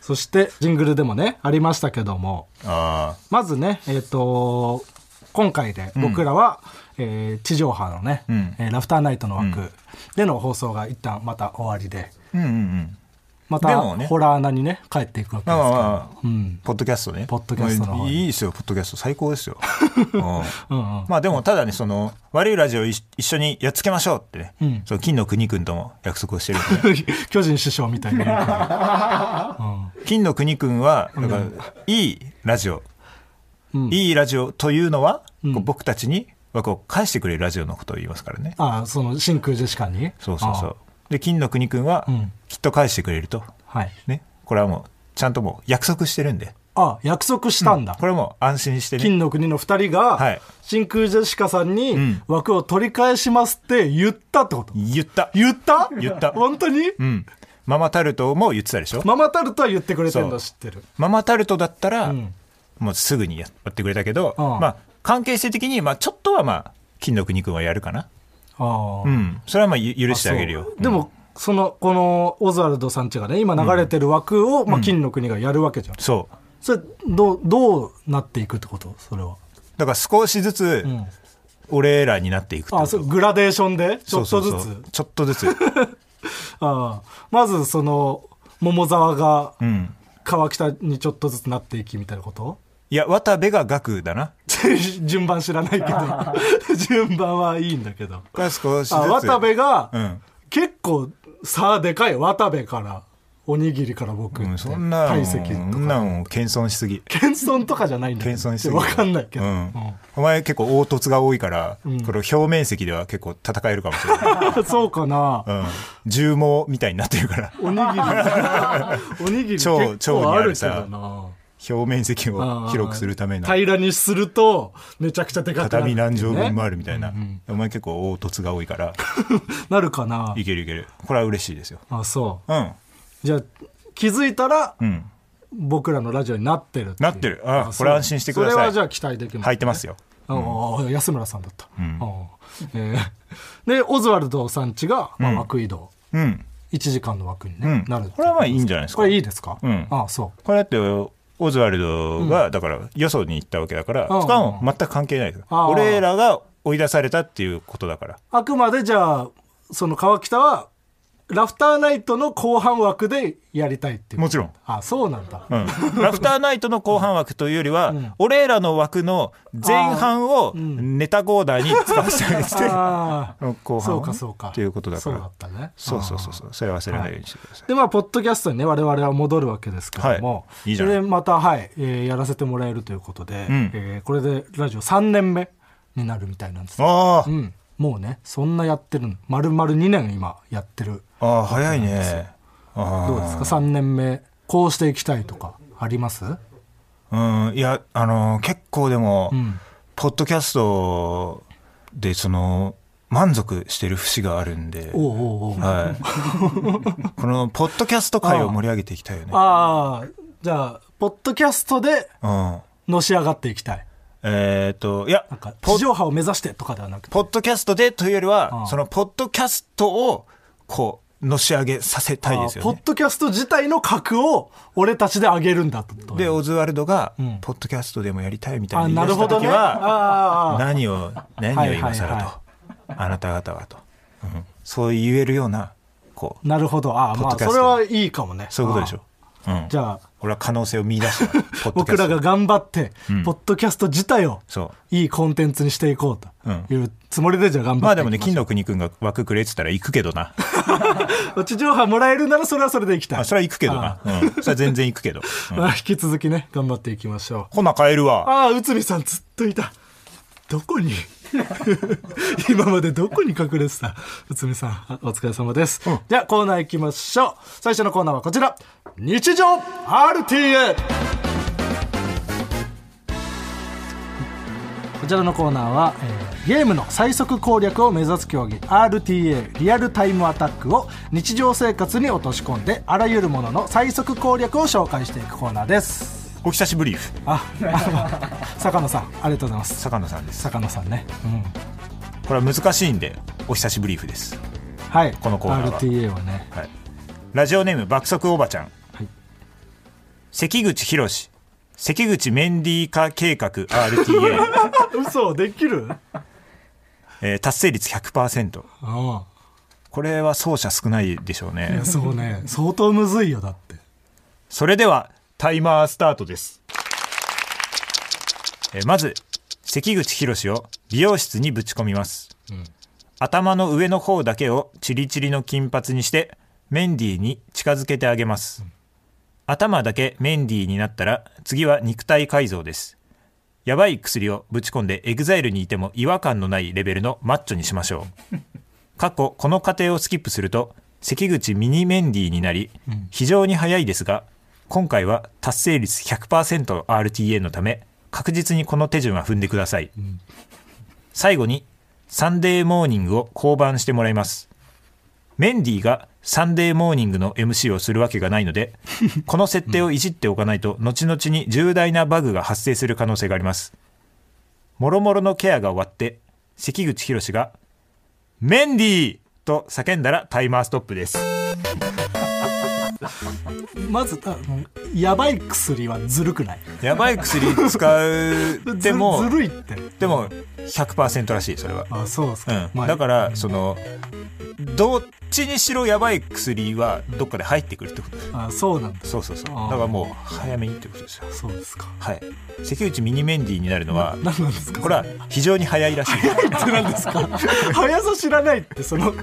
Speaker 3: そしてジングルでもねありましたけども
Speaker 2: あ
Speaker 3: まずねえっ、と今回で僕らは、えー地上波のね、
Speaker 2: ん
Speaker 3: えーラフターナイトの枠での放送が一旦また終わりで
Speaker 2: あうんうんうん
Speaker 3: また
Speaker 2: でもね
Speaker 3: ホラー穴にね帰っていくわけで
Speaker 2: ま
Speaker 3: す
Speaker 2: あまあ
Speaker 3: か
Speaker 2: まあポッドキャストね
Speaker 3: ポッドキャストの方に
Speaker 2: いいですよポッドキャスト最高 ですようん
Speaker 3: ら、うんうん、
Speaker 2: まあでもただねその悪いラジオを一一緒にやっつけましょうってね、
Speaker 3: ん
Speaker 2: その金の国くんとも約束をしてるん でね
Speaker 3: 巨人師匠みたいな。
Speaker 2: 金の国くんはだからいいラジオ、
Speaker 3: うん
Speaker 2: いいラジオというのは、
Speaker 3: ん
Speaker 2: こう僕たちに枠を返してくれるラジオのことを言いますからね
Speaker 3: ああ、その真空ジェシカに
Speaker 2: そうそうそうで金の国くんは、
Speaker 3: うん
Speaker 2: きっと返してくれると
Speaker 3: ああはい。
Speaker 2: ねこれはもうちゃんともう約束してるんで
Speaker 3: ああ、約束したんだ。
Speaker 2: これはもう安心してね
Speaker 3: 金の国の二人が、
Speaker 2: はい
Speaker 3: 真空ジェシカさんに
Speaker 2: ん
Speaker 3: 枠を取り返しますって言ったってこと、
Speaker 2: 言った
Speaker 3: 言った
Speaker 2: 言った
Speaker 3: 本当に、
Speaker 2: うんママタルトも言ってたでしょ
Speaker 3: ママタルトは言ってくれてる
Speaker 2: そ
Speaker 3: の
Speaker 2: う
Speaker 3: 知ってる。
Speaker 2: ママタルトだったら、
Speaker 3: ん
Speaker 2: もうすぐにやってくれたけど、
Speaker 3: うん
Speaker 2: まあ、関係性的に、まあ、ちょっとはまあ、金の国くんはやるかな。
Speaker 3: あ
Speaker 2: う
Speaker 3: あ。
Speaker 2: ん。それはまあ、ゆ許してあげる
Speaker 3: そ
Speaker 2: よ
Speaker 3: う。でも、その、この、オズワルドさんちがね、今流れてる枠を、まあ、金の国がやるわけじゃん。
Speaker 2: そう。
Speaker 3: それ、どう、どうなっていくってことそれは。
Speaker 2: だから少しずつ、
Speaker 3: ん
Speaker 2: 俺らになっていくってこ
Speaker 3: あ
Speaker 2: と
Speaker 3: あ、そう、グラデーションで、ちょっとずつ。
Speaker 2: そうそうそうちょっとずつ。
Speaker 3: ああまずその桃沢が
Speaker 2: うん。
Speaker 3: 川北にちょっとずつなっていきみたいなこと
Speaker 2: いや、渡部が学だな。
Speaker 3: 順番知らないけど 順番はいいんだけど
Speaker 2: が少しずつ。
Speaker 3: あ渡部が、
Speaker 2: うん
Speaker 3: 結構差でかい渡部からおにぎりから僕、
Speaker 2: うん、そんな
Speaker 3: 体
Speaker 2: の、
Speaker 3: 積
Speaker 2: そ
Speaker 3: と
Speaker 2: んな
Speaker 3: か
Speaker 2: の謙遜しすぎ。
Speaker 3: 謙遜とかじゃないんだけど
Speaker 2: 謙遜しすぎ。
Speaker 3: わかんないけど、
Speaker 2: う
Speaker 3: うん
Speaker 2: ん。お前結構凹凸が多いから、
Speaker 3: ん
Speaker 2: これ表面積では結構戦えるかもしれない。
Speaker 3: そうかな、
Speaker 2: うん。重毛みたいになってるから。
Speaker 3: おにぎり おにぎり結
Speaker 2: 超
Speaker 3: 構
Speaker 2: 超に
Speaker 3: あ
Speaker 2: あ
Speaker 3: る
Speaker 2: る
Speaker 3: け
Speaker 2: さ
Speaker 3: どな
Speaker 2: 表面積を広くするための
Speaker 3: 平らにするとめちゃくちゃでかくなるって
Speaker 2: 畳
Speaker 3: いうね
Speaker 2: 何畳分もあるみたいな、お前結構凹凸が多いから
Speaker 3: なるかない
Speaker 2: けるいけるこれは嬉しいですよ
Speaker 3: あそう
Speaker 2: うん
Speaker 3: じゃあ気づいたら
Speaker 2: うん
Speaker 3: 僕らのラジオになってるってい
Speaker 2: な
Speaker 3: う
Speaker 2: ってるあこ
Speaker 3: そう
Speaker 2: れ安心してください
Speaker 3: それはじゃあ期待できます、
Speaker 2: 履いてますよ
Speaker 3: ああ安村さんだった、ああえーでオズワルドさんちが、まあ、枠移動、
Speaker 2: うん
Speaker 3: 一1時間の枠に、ね
Speaker 2: うん
Speaker 3: なる
Speaker 2: これはまあいいんじゃないですか
Speaker 3: これいいですか、
Speaker 2: うん
Speaker 3: ああそう
Speaker 2: これだってオズワルドがだからよそに行ったわけだから、
Speaker 3: うん
Speaker 2: そこはもう全く関係ないです
Speaker 3: あー
Speaker 2: 俺らが追い出されたっていうことだから
Speaker 3: あくまでじゃあその川北はラフターナイトの後半枠でやりたいっていう
Speaker 2: もちろん
Speaker 3: あそうなんだ、
Speaker 2: うん、ラフターナイトの後半枠というよりは、俺らの枠の前半をネタコーナーに使わせてあ げて、
Speaker 3: ああ
Speaker 2: の後半
Speaker 3: そ
Speaker 2: を
Speaker 3: う
Speaker 2: ね
Speaker 3: かそうか
Speaker 2: っていうことだか
Speaker 3: そう
Speaker 2: ら
Speaker 3: だったね
Speaker 2: そうそうそうそうそれは忘れないようにしてください、
Speaker 3: でまあポッドキャストにね我々は戻るわけですけども、
Speaker 2: はいいいじゃない
Speaker 3: でまたはい、えーやらせてもらえるということで、
Speaker 2: ん
Speaker 3: えーこれでラジオ3年目になるみたいなんです、
Speaker 2: ああ、
Speaker 3: うん、もうねそんなやってるの丸々2年今やってる
Speaker 2: ああ早いねああ
Speaker 3: どうですか3年目こうしていきたいとかあります
Speaker 2: うんいやあのー結構でも、
Speaker 3: ん
Speaker 2: ポッドキャストでその満足してる節があるんで
Speaker 3: おうおうおう
Speaker 2: はい、このポッドキャスト界を盛り上げていきたいよね
Speaker 3: ああじゃあポッドキャストで
Speaker 2: うん
Speaker 3: のし上がっていきたい
Speaker 2: えーっといや
Speaker 3: なんか
Speaker 2: ポ
Speaker 3: 地
Speaker 2: ッ
Speaker 3: 上波を目指してとかではなくて
Speaker 2: ポッドキャストでというより
Speaker 3: ああ
Speaker 2: はそのポッドキャストをこうのし上げさせたいです
Speaker 3: あ
Speaker 2: よ
Speaker 3: ーポッ
Speaker 2: ね
Speaker 3: ドキャスト自体の格を俺たちで上げるんだと
Speaker 2: でオズワルドが、
Speaker 3: ん
Speaker 2: ポッドキャストでもやりたいみた
Speaker 3: あ
Speaker 2: いな
Speaker 3: な
Speaker 2: 言
Speaker 3: る
Speaker 2: い出した
Speaker 3: ほど
Speaker 2: 時
Speaker 3: ね
Speaker 2: は、
Speaker 3: あーあ
Speaker 2: 何を何を今更と、
Speaker 3: はいは
Speaker 2: あなた方はと、うんそう言えるようなこ
Speaker 3: ーなるほどあーま
Speaker 2: ポッ
Speaker 3: あ
Speaker 2: ドキャ
Speaker 3: そ
Speaker 2: スト
Speaker 3: れはいいかもね
Speaker 2: そういうことでしょ
Speaker 3: あ
Speaker 2: うん
Speaker 3: じゃあ
Speaker 2: 俺は可能性を見出 したからポッドキャ
Speaker 3: 僕
Speaker 2: スト
Speaker 3: らが頑張って、
Speaker 2: うん
Speaker 3: ポッドキャスト自体を
Speaker 2: そう
Speaker 3: いいコンテンツにしていこうというつもりでじゃあ頑張って
Speaker 2: まあでもね
Speaker 3: いき
Speaker 2: 金の国君が枠くれって言ったら行くけど な
Speaker 3: 地上波もらえるならそれはそれでいきたい、
Speaker 2: あそれは行くけどな、うん、それは全然行くけど、うん
Speaker 3: まあ 引き続きね頑張っていきましょう
Speaker 2: ほな帰るわ
Speaker 3: ああ内海さんずっといたどこに 今までどこに隠れてた内海さんあお疲れ様です、じゃあコーナー行きましょう最初のコーナーはこちら日常 RTA こちらのコーナーは、えーゲームの最速攻略を目指す競技 RTA リアルタイムアタックを日常生活に落とし込んであらゆるものの最速攻略を紹介していくコーナーです
Speaker 2: お久しぶり
Speaker 3: あ、あの坂野さん、ありがとうございます。
Speaker 2: 坂野さんです
Speaker 3: 坂野さんね。うん。
Speaker 2: これは難しいんでお久しぶりです、
Speaker 3: はい。
Speaker 2: このコーナーは
Speaker 3: RTA はね。
Speaker 2: はい、ラジオネーム爆速おばちゃん、
Speaker 3: はい
Speaker 2: 関口宏関口メンディー化計画 RTA、
Speaker 3: 嘘、できる
Speaker 2: えー達成率100%
Speaker 3: あ
Speaker 2: これは走者少ないでしょう
Speaker 3: あ。い
Speaker 2: ね
Speaker 3: や、そうね。相当むずいよ、だって。
Speaker 2: それではタイマースタートです、えーまず関口宏を美容室にぶち込みます、頭の上の方だけをチリチリの金髪にしてメンディーに近づけてあげます、頭だけメンディーになったら次は肉体改造ですやばい薬をぶち込んでエグザイルにいても違和感のないレベルのマッチョにしましょう過去この過程をスキップすると関口ミニメンディーになり非常に早いですが今回は達成率 100%RTA のため確実にこの手順は踏んでください、最後にサンデーモーニングを降板してもらいますメンディーがサンデーモーニングの MC をするわけがないのでこの設定をいじっておかないと後々に重大なバグが発生する可能性がありますもろもろのケアが終わって関口宏が「メンディー!」と叫んだらタイマーストップです
Speaker 3: まず、あうんやばい薬はずるくない
Speaker 2: やばい薬使うでも
Speaker 3: ずずるいって。
Speaker 2: でも100%らしいそれは、
Speaker 3: あそうです
Speaker 2: う
Speaker 3: か。
Speaker 2: ん
Speaker 3: まあ
Speaker 2: だからそのどっちにしろやばい薬はどっかで入ってくるってこと
Speaker 3: あそうなんだ。
Speaker 2: そうそうそうだ
Speaker 3: あー
Speaker 2: からもう早めにってことですよ
Speaker 3: そうですか。
Speaker 2: はい関口ミニメンディーになるのは
Speaker 3: 何なんですか
Speaker 2: これは非常に早いらしい
Speaker 3: ってなんですか速さ知らないってその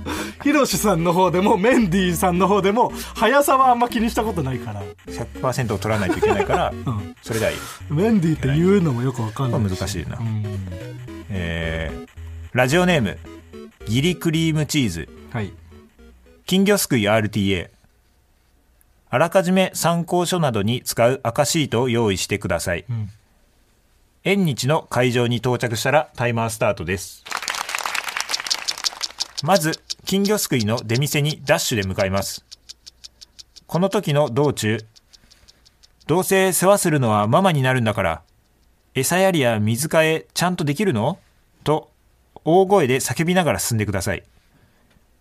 Speaker 3: ヒロシさんの方でもメンディーさんの方でも速さはあんま気にしたことないから、
Speaker 2: 100%を取らないといけないから
Speaker 3: うん、
Speaker 2: それがいい
Speaker 3: メンディーって言うのもよくわかん
Speaker 2: こ
Speaker 3: な
Speaker 2: れ
Speaker 3: い
Speaker 2: 難しいな
Speaker 3: うん
Speaker 2: えーラジオネームギリクリームチーズ
Speaker 3: はい
Speaker 2: 金魚すくい RTA あらかじめ参考書などに使う赤シートを用意してください、
Speaker 3: ん
Speaker 2: 縁日の会場に到着したらタイマースタートですまず金魚すくいの出店にダッシュで向かいますこの時の道中どうせ世話するのはママになるんだから餌やりや水替えちゃんとできるのと大声で叫びながら進んでください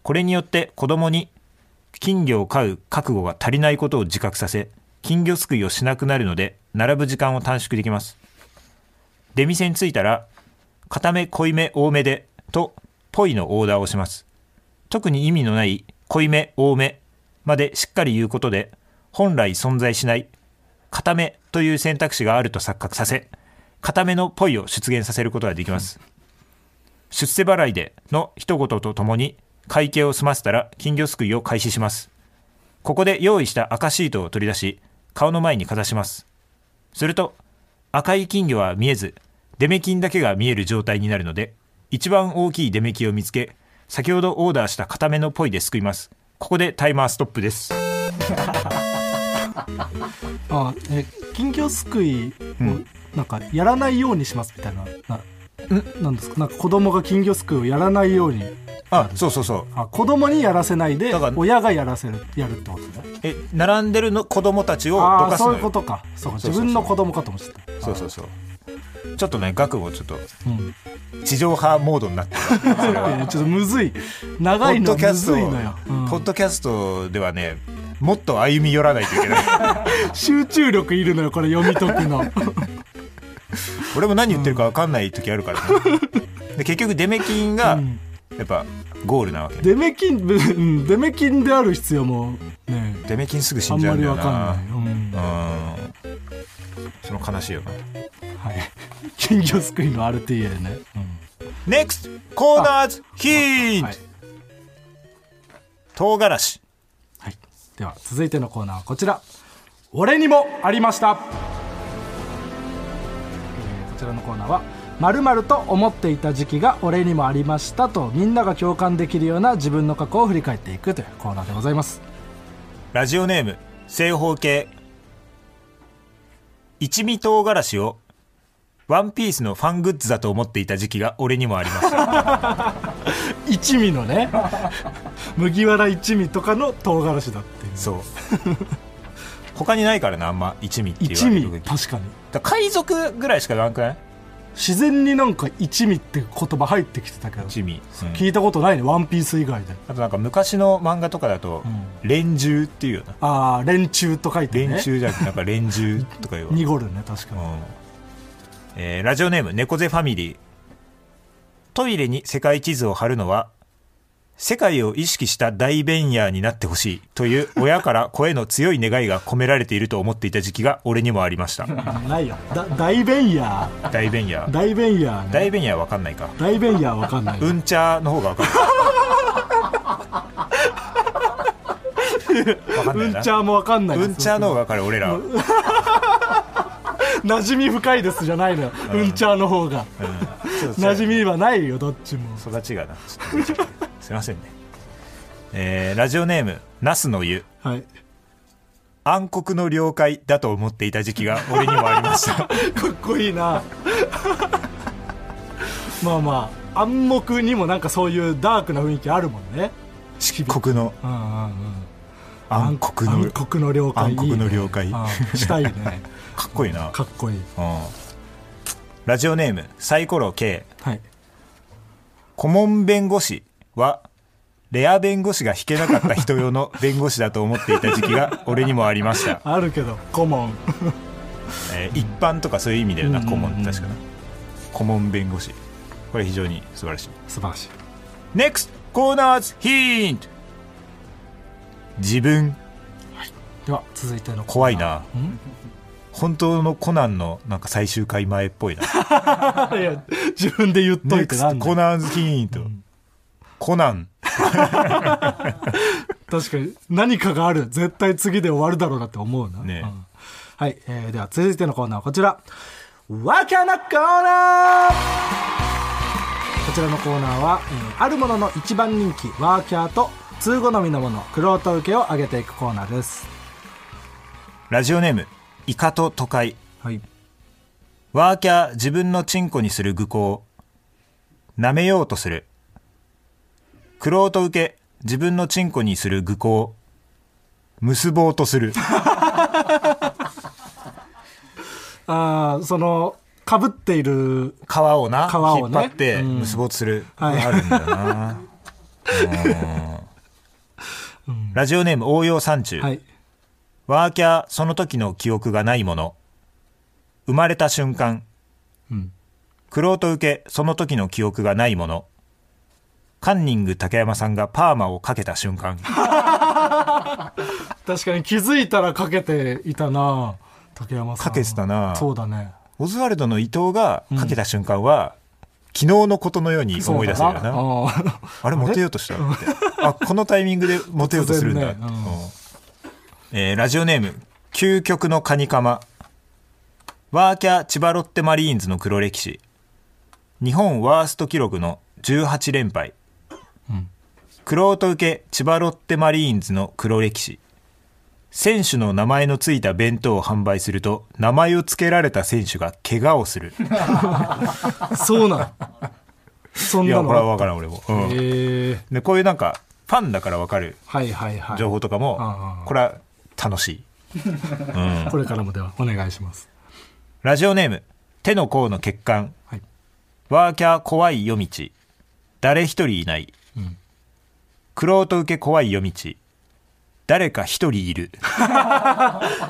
Speaker 2: これによって子供に金魚を飼う覚悟が足りないことを自覚させ金魚すくいをしなくなるので並ぶ時間を短縮できます出店に着いたら固め濃いめ多めでとポイのオーダーをします特に意味のない濃いめ多めまでしっかり言うことで本来存在しない固めという選択肢があると錯覚させ固めのポイを出現させることができます出世払いでの一言とともに会計を済ませたら金魚すくいを開始しますここで用意した赤シートを取り出し顔の前にかざしますすると赤い金魚は見えずデメキンだけが見える状態になるので一番大きいデメキンを見つけ先ほどオーダーした固めのポイですくいますここでタイマーストップです
Speaker 3: あえ金魚すくいをなんかやらないようにしますみたいな、ななんですかなんか子供が金魚すくいをやらないように
Speaker 2: あそうそうそう
Speaker 3: あ子供にやらせないで
Speaker 2: だから
Speaker 3: 親がやらせるやるってことね
Speaker 2: え並んでるの子供たちをど
Speaker 3: ああ
Speaker 2: かす
Speaker 3: そ
Speaker 2: の
Speaker 3: ういうこ
Speaker 2: よ
Speaker 3: とかそうか
Speaker 2: そうそうそう
Speaker 3: 自分の子供かと思ってた
Speaker 2: そうそうそうちょっとね額をちょっと
Speaker 3: うん
Speaker 2: 地上波モードになってる
Speaker 3: いやちょっとむずい
Speaker 2: ポ
Speaker 3: 長い
Speaker 2: ッ
Speaker 3: の
Speaker 2: ドキ
Speaker 3: む
Speaker 2: ャスト
Speaker 3: ずいのよ、うん
Speaker 2: ポッドキャストではねもっと歩み寄らないといけ ない
Speaker 3: 集中力いるのよこれ読み解くの
Speaker 2: 俺も何言ってるか分かんない時あるからねで結局デメキンが
Speaker 3: うん
Speaker 2: やっぱゴールなわけ
Speaker 3: デメキンうんデメキンである必要もね
Speaker 2: デメキンすぐ死
Speaker 3: あ
Speaker 2: ん
Speaker 3: ん
Speaker 2: じゃ
Speaker 3: ま
Speaker 2: うん
Speaker 3: り
Speaker 2: だよ
Speaker 3: わ
Speaker 2: な
Speaker 3: かんない、うん
Speaker 2: うんそれも悲しいよな
Speaker 3: はい、金魚すくいの RTA ね、
Speaker 2: NEXT コーナーズヒン
Speaker 3: はい
Speaker 2: ト、唐辛子
Speaker 3: はい、では続いてのコーナーはこちら「俺にもありました」えーこちらのコーナーは「まると思っていた時期が俺にもありました」とみんなが共感できるような自分の過去を振り返っていくというコーナーでございます
Speaker 2: ラジオネーム正方形一味唐辛子をワンピースのファングッズだと思っていた時期が俺にもありま した
Speaker 3: 一味の ね麦わら一味とかの唐辛子だっていう
Speaker 2: そう他にないからなあんま一味って言
Speaker 3: 一
Speaker 2: われ
Speaker 3: 味
Speaker 2: る時
Speaker 3: 確かに
Speaker 2: だから海賊ぐらいしかなくない
Speaker 3: 自然になんか一味って言葉入ってきてたけど
Speaker 2: 一味、うん
Speaker 3: 聞いたことないね「ワンピース以外で
Speaker 2: あとなんか昔の漫画とかだと「連中」っていうよな
Speaker 3: ああ連中と書
Speaker 2: 「
Speaker 3: いてね
Speaker 2: 連中」じゃなくてなんか「連中」とか言われる、
Speaker 3: 濁るね確
Speaker 2: う
Speaker 3: かに、
Speaker 2: んえーラジオネーム猫背ファミリートイレに世界地図を貼るのは世界を意識した大便ヤーになってほしいという親 から声の強い願いが込められていると思っていた時期が俺にもありました
Speaker 3: ないよだ大便や
Speaker 2: 大便ヤー
Speaker 3: 大便や、ね、
Speaker 2: 大便ヤーわかんないか
Speaker 3: 大便やわかんない、
Speaker 2: うんちゃーの方がわか んないわかんない
Speaker 3: うん
Speaker 2: な
Speaker 3: ちゃーもわかんない
Speaker 2: うんちゃーの方がわかる俺らは
Speaker 3: 馴染み深いですじゃないのよ、うんちゃーの方が馴染みはないよどっちも
Speaker 2: 育ちがなちょっと出ちゃってすいませんねえーラジオネーム「ナスの湯
Speaker 3: はい
Speaker 2: 暗黒の了解」だと思っていた時期 が俺にもありました
Speaker 3: かっこいいな まあまあ暗黙にもなんかそういうダークな雰囲気あるもんね
Speaker 2: 漆黒の
Speaker 3: うんうんうん
Speaker 2: 暗黒の
Speaker 3: 暗黒の了解
Speaker 2: 暗黒の了解
Speaker 3: いいねうんしたいね
Speaker 2: かっこいいな
Speaker 3: かっこいい
Speaker 2: うんラジオネーム「サイコロ K
Speaker 3: はい」
Speaker 2: 顧問弁護士はレア弁護士が引けなかった人用の弁護士だと思っていた時期 が俺にもありました
Speaker 3: あるけど顧問
Speaker 2: えー一般とかそういう意味だよな、
Speaker 3: うん
Speaker 2: 顧問って確かな顧問弁護士これ非常に素晴らしい
Speaker 3: 素晴らしい
Speaker 2: NEXT コーナーズヒント自分
Speaker 3: では続いての
Speaker 2: 怖いな
Speaker 3: うん
Speaker 2: 本当のコナンのなんか最終回前っ ぽいな
Speaker 3: いや自分で言っといてなん
Speaker 2: NEXT
Speaker 3: だ
Speaker 2: コナンズヒントコナン
Speaker 3: 確かに何かがある絶対次で終わるだろうなって思うな、
Speaker 2: ね
Speaker 3: うんはい、えーでは続いてのコーナーはこちらわけなコーナーこちらのコーナーは、えーあるものの一番人気ワーキャーと通好みのものクロート受けを上げていくコーナーです
Speaker 2: ラジオネームイカと都会
Speaker 3: はい
Speaker 2: ワーキャー自分のチンコにする愚行。舐めようとする。クロート受け自分のチンコにする愚行。結ぼうとする。
Speaker 3: あーそのかぶっている
Speaker 2: 皮をな、
Speaker 3: 皮をね
Speaker 2: 引っ張って
Speaker 3: うん
Speaker 2: 結ぼうとする。
Speaker 3: はい
Speaker 2: あるんだよな。 うんラジオネーム応用山中。
Speaker 3: はい
Speaker 2: ワーキャーその時の記憶がないもの。生まれた瞬間。クロート受けその時の記憶がないもの。カンニング竹山さんがパーマをかけた瞬 間。
Speaker 3: 確かに気づいたらかけていたな竹山さん
Speaker 2: かけてたな
Speaker 3: そうだね
Speaker 2: オズワルドの伊藤がかけた瞬間は、昨日のことのように思い出せるよ
Speaker 3: そうだ
Speaker 2: な。
Speaker 3: なうん
Speaker 2: あれモテようとしたってあこのタイミングでモテようとするんだ、
Speaker 3: 突然ねうん
Speaker 2: うんえーラジオネーム「究極のカニカマ」ワーキャー千葉ロッテマリーンズの黒歴史日本ワースト記録の18連敗、クロート受け千葉ロッテマリーンズの黒歴史選手の名前のついた弁当を販売すると名前を付けられた選手が怪我をす る
Speaker 3: そうなの。そ
Speaker 2: い
Speaker 3: ん
Speaker 2: や
Speaker 3: な
Speaker 2: これは
Speaker 3: の。
Speaker 2: 分からん俺も、うん
Speaker 3: ええ
Speaker 2: でこういうなんかファンだから分かる
Speaker 3: はいはいはい。
Speaker 2: 情報とか
Speaker 3: うんう
Speaker 2: も
Speaker 3: ん
Speaker 2: これは楽しい、うん
Speaker 3: これからもではお願いします。
Speaker 2: ラジオネーム手の甲の血管、
Speaker 3: はい
Speaker 2: ワーキャー怖い夜道誰一人いない、クロート受け怖い夜道誰か一人いる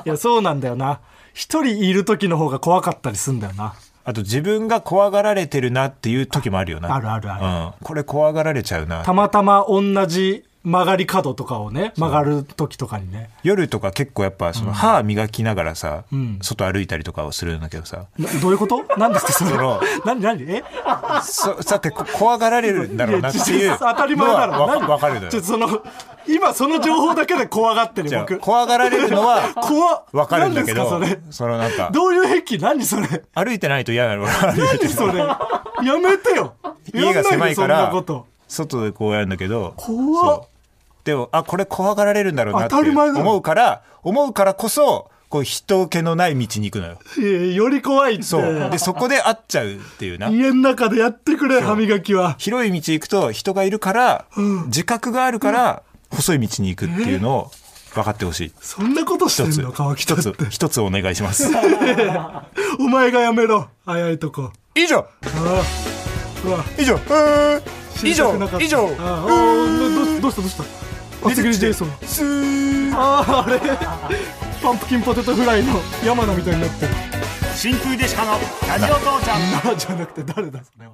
Speaker 3: いや、そうなんだよな。一人いる時の方が怖かったりすんだよな。
Speaker 2: あと自分が怖がられてるなっていう時もあるよな
Speaker 3: あるあるある
Speaker 2: うん、これ怖がられちゃうな
Speaker 3: たまたま同じ曲がり角とかをね曲がる時とかにね
Speaker 2: 夜とか結構やっぱその歯磨きながらさ、外歩いたりとかをするんだけどさ、
Speaker 3: などういうこと何ですかそれ
Speaker 2: その
Speaker 3: 何何え
Speaker 2: そ さてこ怖がられるんだろうなって
Speaker 3: い
Speaker 2: い
Speaker 3: や
Speaker 2: う
Speaker 3: 当たり前だ
Speaker 2: の
Speaker 3: ろ
Speaker 2: はわ
Speaker 3: 何
Speaker 2: わかるの
Speaker 3: ちょ
Speaker 2: よ
Speaker 3: っとその今その情報だけで怖がってる
Speaker 2: じゃあ
Speaker 3: 僕
Speaker 2: 怖がられるのは
Speaker 3: 怖
Speaker 2: わかるんだけど
Speaker 3: 何ですか
Speaker 2: そのなんか
Speaker 3: それどういう癖何それ
Speaker 2: 歩いてないと嫌なの俺歩いて
Speaker 3: 何それやめてよ
Speaker 2: 家が狭いか
Speaker 3: やんな
Speaker 2: ら
Speaker 3: よそんなこと
Speaker 2: 外でこうやるんだけど
Speaker 3: 怖っ
Speaker 2: そうでもあこれ怖がられるんだろうなって
Speaker 3: 当たり前だろ
Speaker 2: 思うから思うからこそこう人気のない道に行くのよ
Speaker 3: いやより怖いって
Speaker 2: そうでそこで会っちゃうっていうな
Speaker 3: 家の中でやってくれ歯磨きは
Speaker 2: 広い道行くと人がいるから、自覚があるから細い道に行くっていうのを分かってほしい
Speaker 3: そんなことして
Speaker 2: 一
Speaker 3: ん
Speaker 2: つ
Speaker 3: の川北
Speaker 2: 一つ一つお願いします
Speaker 3: お前がやめろ早いとこ
Speaker 2: 以上
Speaker 3: ああうわ
Speaker 2: 以上うー以上
Speaker 3: 知りたくなかった
Speaker 2: 以上
Speaker 3: ああおーどどうしたどうした厚切りジェイソン
Speaker 2: スー
Speaker 3: あああれパンプキンポテトフライの山名みたいになってる
Speaker 4: 真空でしかのラジオ父ちゃん
Speaker 3: なあじゃなくて誰だそれは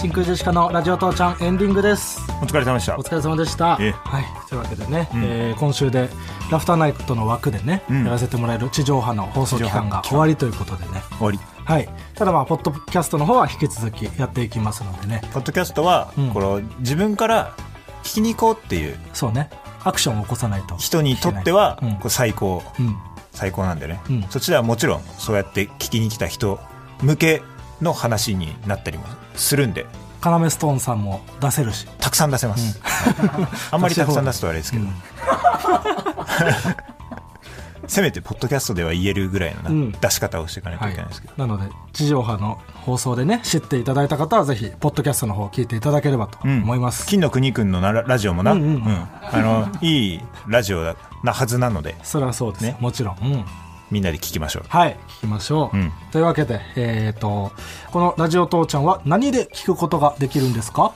Speaker 3: 真空ジェシカのラジオ父ちゃんエンディングです
Speaker 2: お疲れ様でした
Speaker 3: お疲れ様でした。は
Speaker 2: ええ
Speaker 3: い、というわけでね、えー今週でラフターナイトの枠でね、
Speaker 2: ん
Speaker 3: やらせてもらえる地上波の放送期間が
Speaker 2: 地
Speaker 3: 終わりということでね。
Speaker 2: 終わり
Speaker 3: はい、ただまあポッドキャストの方は引き続きやっていきますのでね。
Speaker 2: ポッドキャストは、
Speaker 3: うん
Speaker 2: この自分から聞きに行こうっていう
Speaker 3: そうね、アクションを起こさないと。
Speaker 2: 人にとっては、
Speaker 3: うん
Speaker 2: こう最高、
Speaker 3: うん、
Speaker 2: 最高なんでね、
Speaker 3: うん
Speaker 2: そっちではもちろんそうやって聞きに来た人向けの話になったりもするんで
Speaker 3: カナメストーンさんも出せるし。
Speaker 2: たくさん出せます、 あんまりたくさん出すとあれですけど、 せめてポッドキャストでは言えるぐらいのな、
Speaker 3: うん
Speaker 2: 出し方をしていかないといけないですけど、
Speaker 3: なので地上波の放送でね知っていただいた方はぜひポッドキャストの方を聞いていただければと
Speaker 2: うん
Speaker 3: 思います、
Speaker 2: 金の国くんのなララジオもな、
Speaker 3: うんう
Speaker 2: う
Speaker 3: ん
Speaker 2: んあのいいラジオだなはずなので
Speaker 3: それはそうです、ね
Speaker 2: ね、
Speaker 3: もちろん、うん、
Speaker 2: みんなで聞きましょう
Speaker 3: はい、聞きましょう。
Speaker 2: うん
Speaker 3: というわけで、えっ、と、このラジオ父ちゃんは何で聞くことができるんですか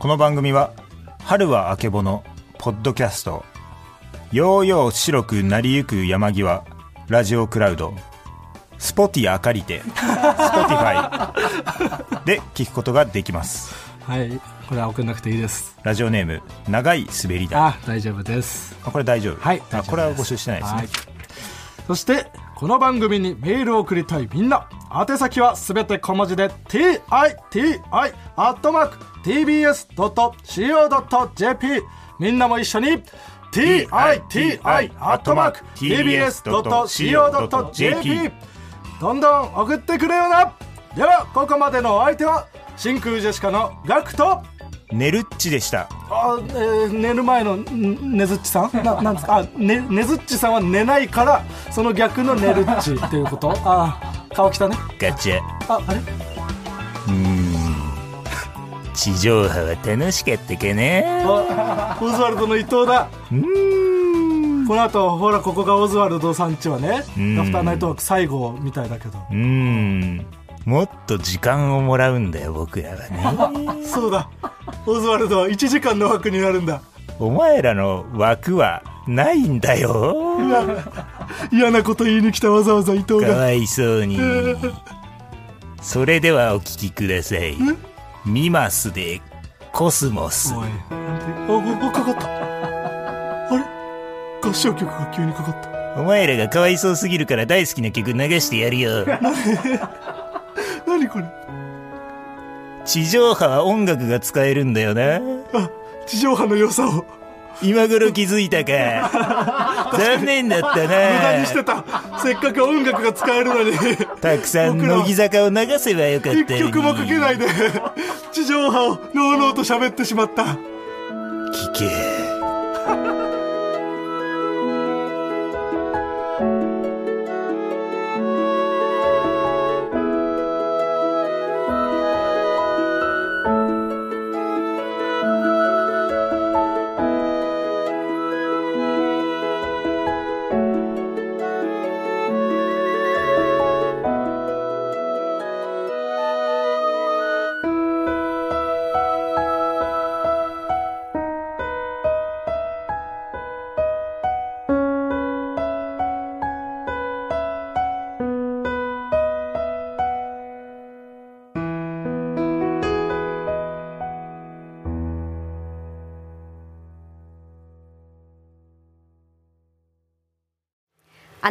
Speaker 2: この番組は「春はあけぼの」ポッドキャスト「ようよう白くなりゆく山際」ラジオクラウドスポティあかりてスポティファ イで聞くことができます
Speaker 3: はい、これは送んなくていいです。
Speaker 2: ラジオネーム長い滑り台
Speaker 3: あ、大丈夫です。
Speaker 2: あこれ大丈夫
Speaker 3: はい、
Speaker 2: あこれは募集してないですね、
Speaker 3: はいそして、この番組にメールを送りたいみんな、宛先はすべて小文字で、t i t i アットマーク tbs.co.jp みんなも一緒に t i t i アットマーク tbs.co.jp どんどん送ってくれよなではここまでのお相手は真空ジェシカのガクと
Speaker 2: ねるっちでした
Speaker 3: あ、えー寝る前のんねずっちさんななんですかあ、ね、ねずっちさんは寝ないからその逆のねるっちっていうことあ川北ね
Speaker 4: ガチャ
Speaker 3: ああれ
Speaker 4: 地上波は楽しかったかな
Speaker 3: あオズワルドの伊藤だこの後ほらここがオズワルドさんちはね
Speaker 4: ん
Speaker 3: ラフターナイトワーク最後みたいだけど
Speaker 4: うーんもっと時間をもらうんだよ僕らは ね
Speaker 3: そうだオズワルドは1時間の枠になるんだ
Speaker 4: お前らの枠はないんだよ
Speaker 3: 嫌なこと言いに来たわざわざ伊藤
Speaker 4: か
Speaker 3: が
Speaker 4: わいそうにそれではお聞きくださいミマスでコスモス
Speaker 3: おいあおおかかったあれ合唱曲が急にかかった
Speaker 4: お前らがかわいそうすぎるから大好きな曲流してやるよ
Speaker 3: 何これ
Speaker 4: 地上波は音楽が使えるんだよな
Speaker 3: あ地上波の良さを無
Speaker 4: 今頃気づいたか残念だった
Speaker 3: 駄にして
Speaker 4: な
Speaker 3: たせっかく音楽が使えるのに
Speaker 4: たくさん乃木坂を流せばよかった
Speaker 3: 一
Speaker 4: のに
Speaker 3: 曲もかけないで地上波をのうのうと喋ってしまった
Speaker 4: 聞け
Speaker 5: あ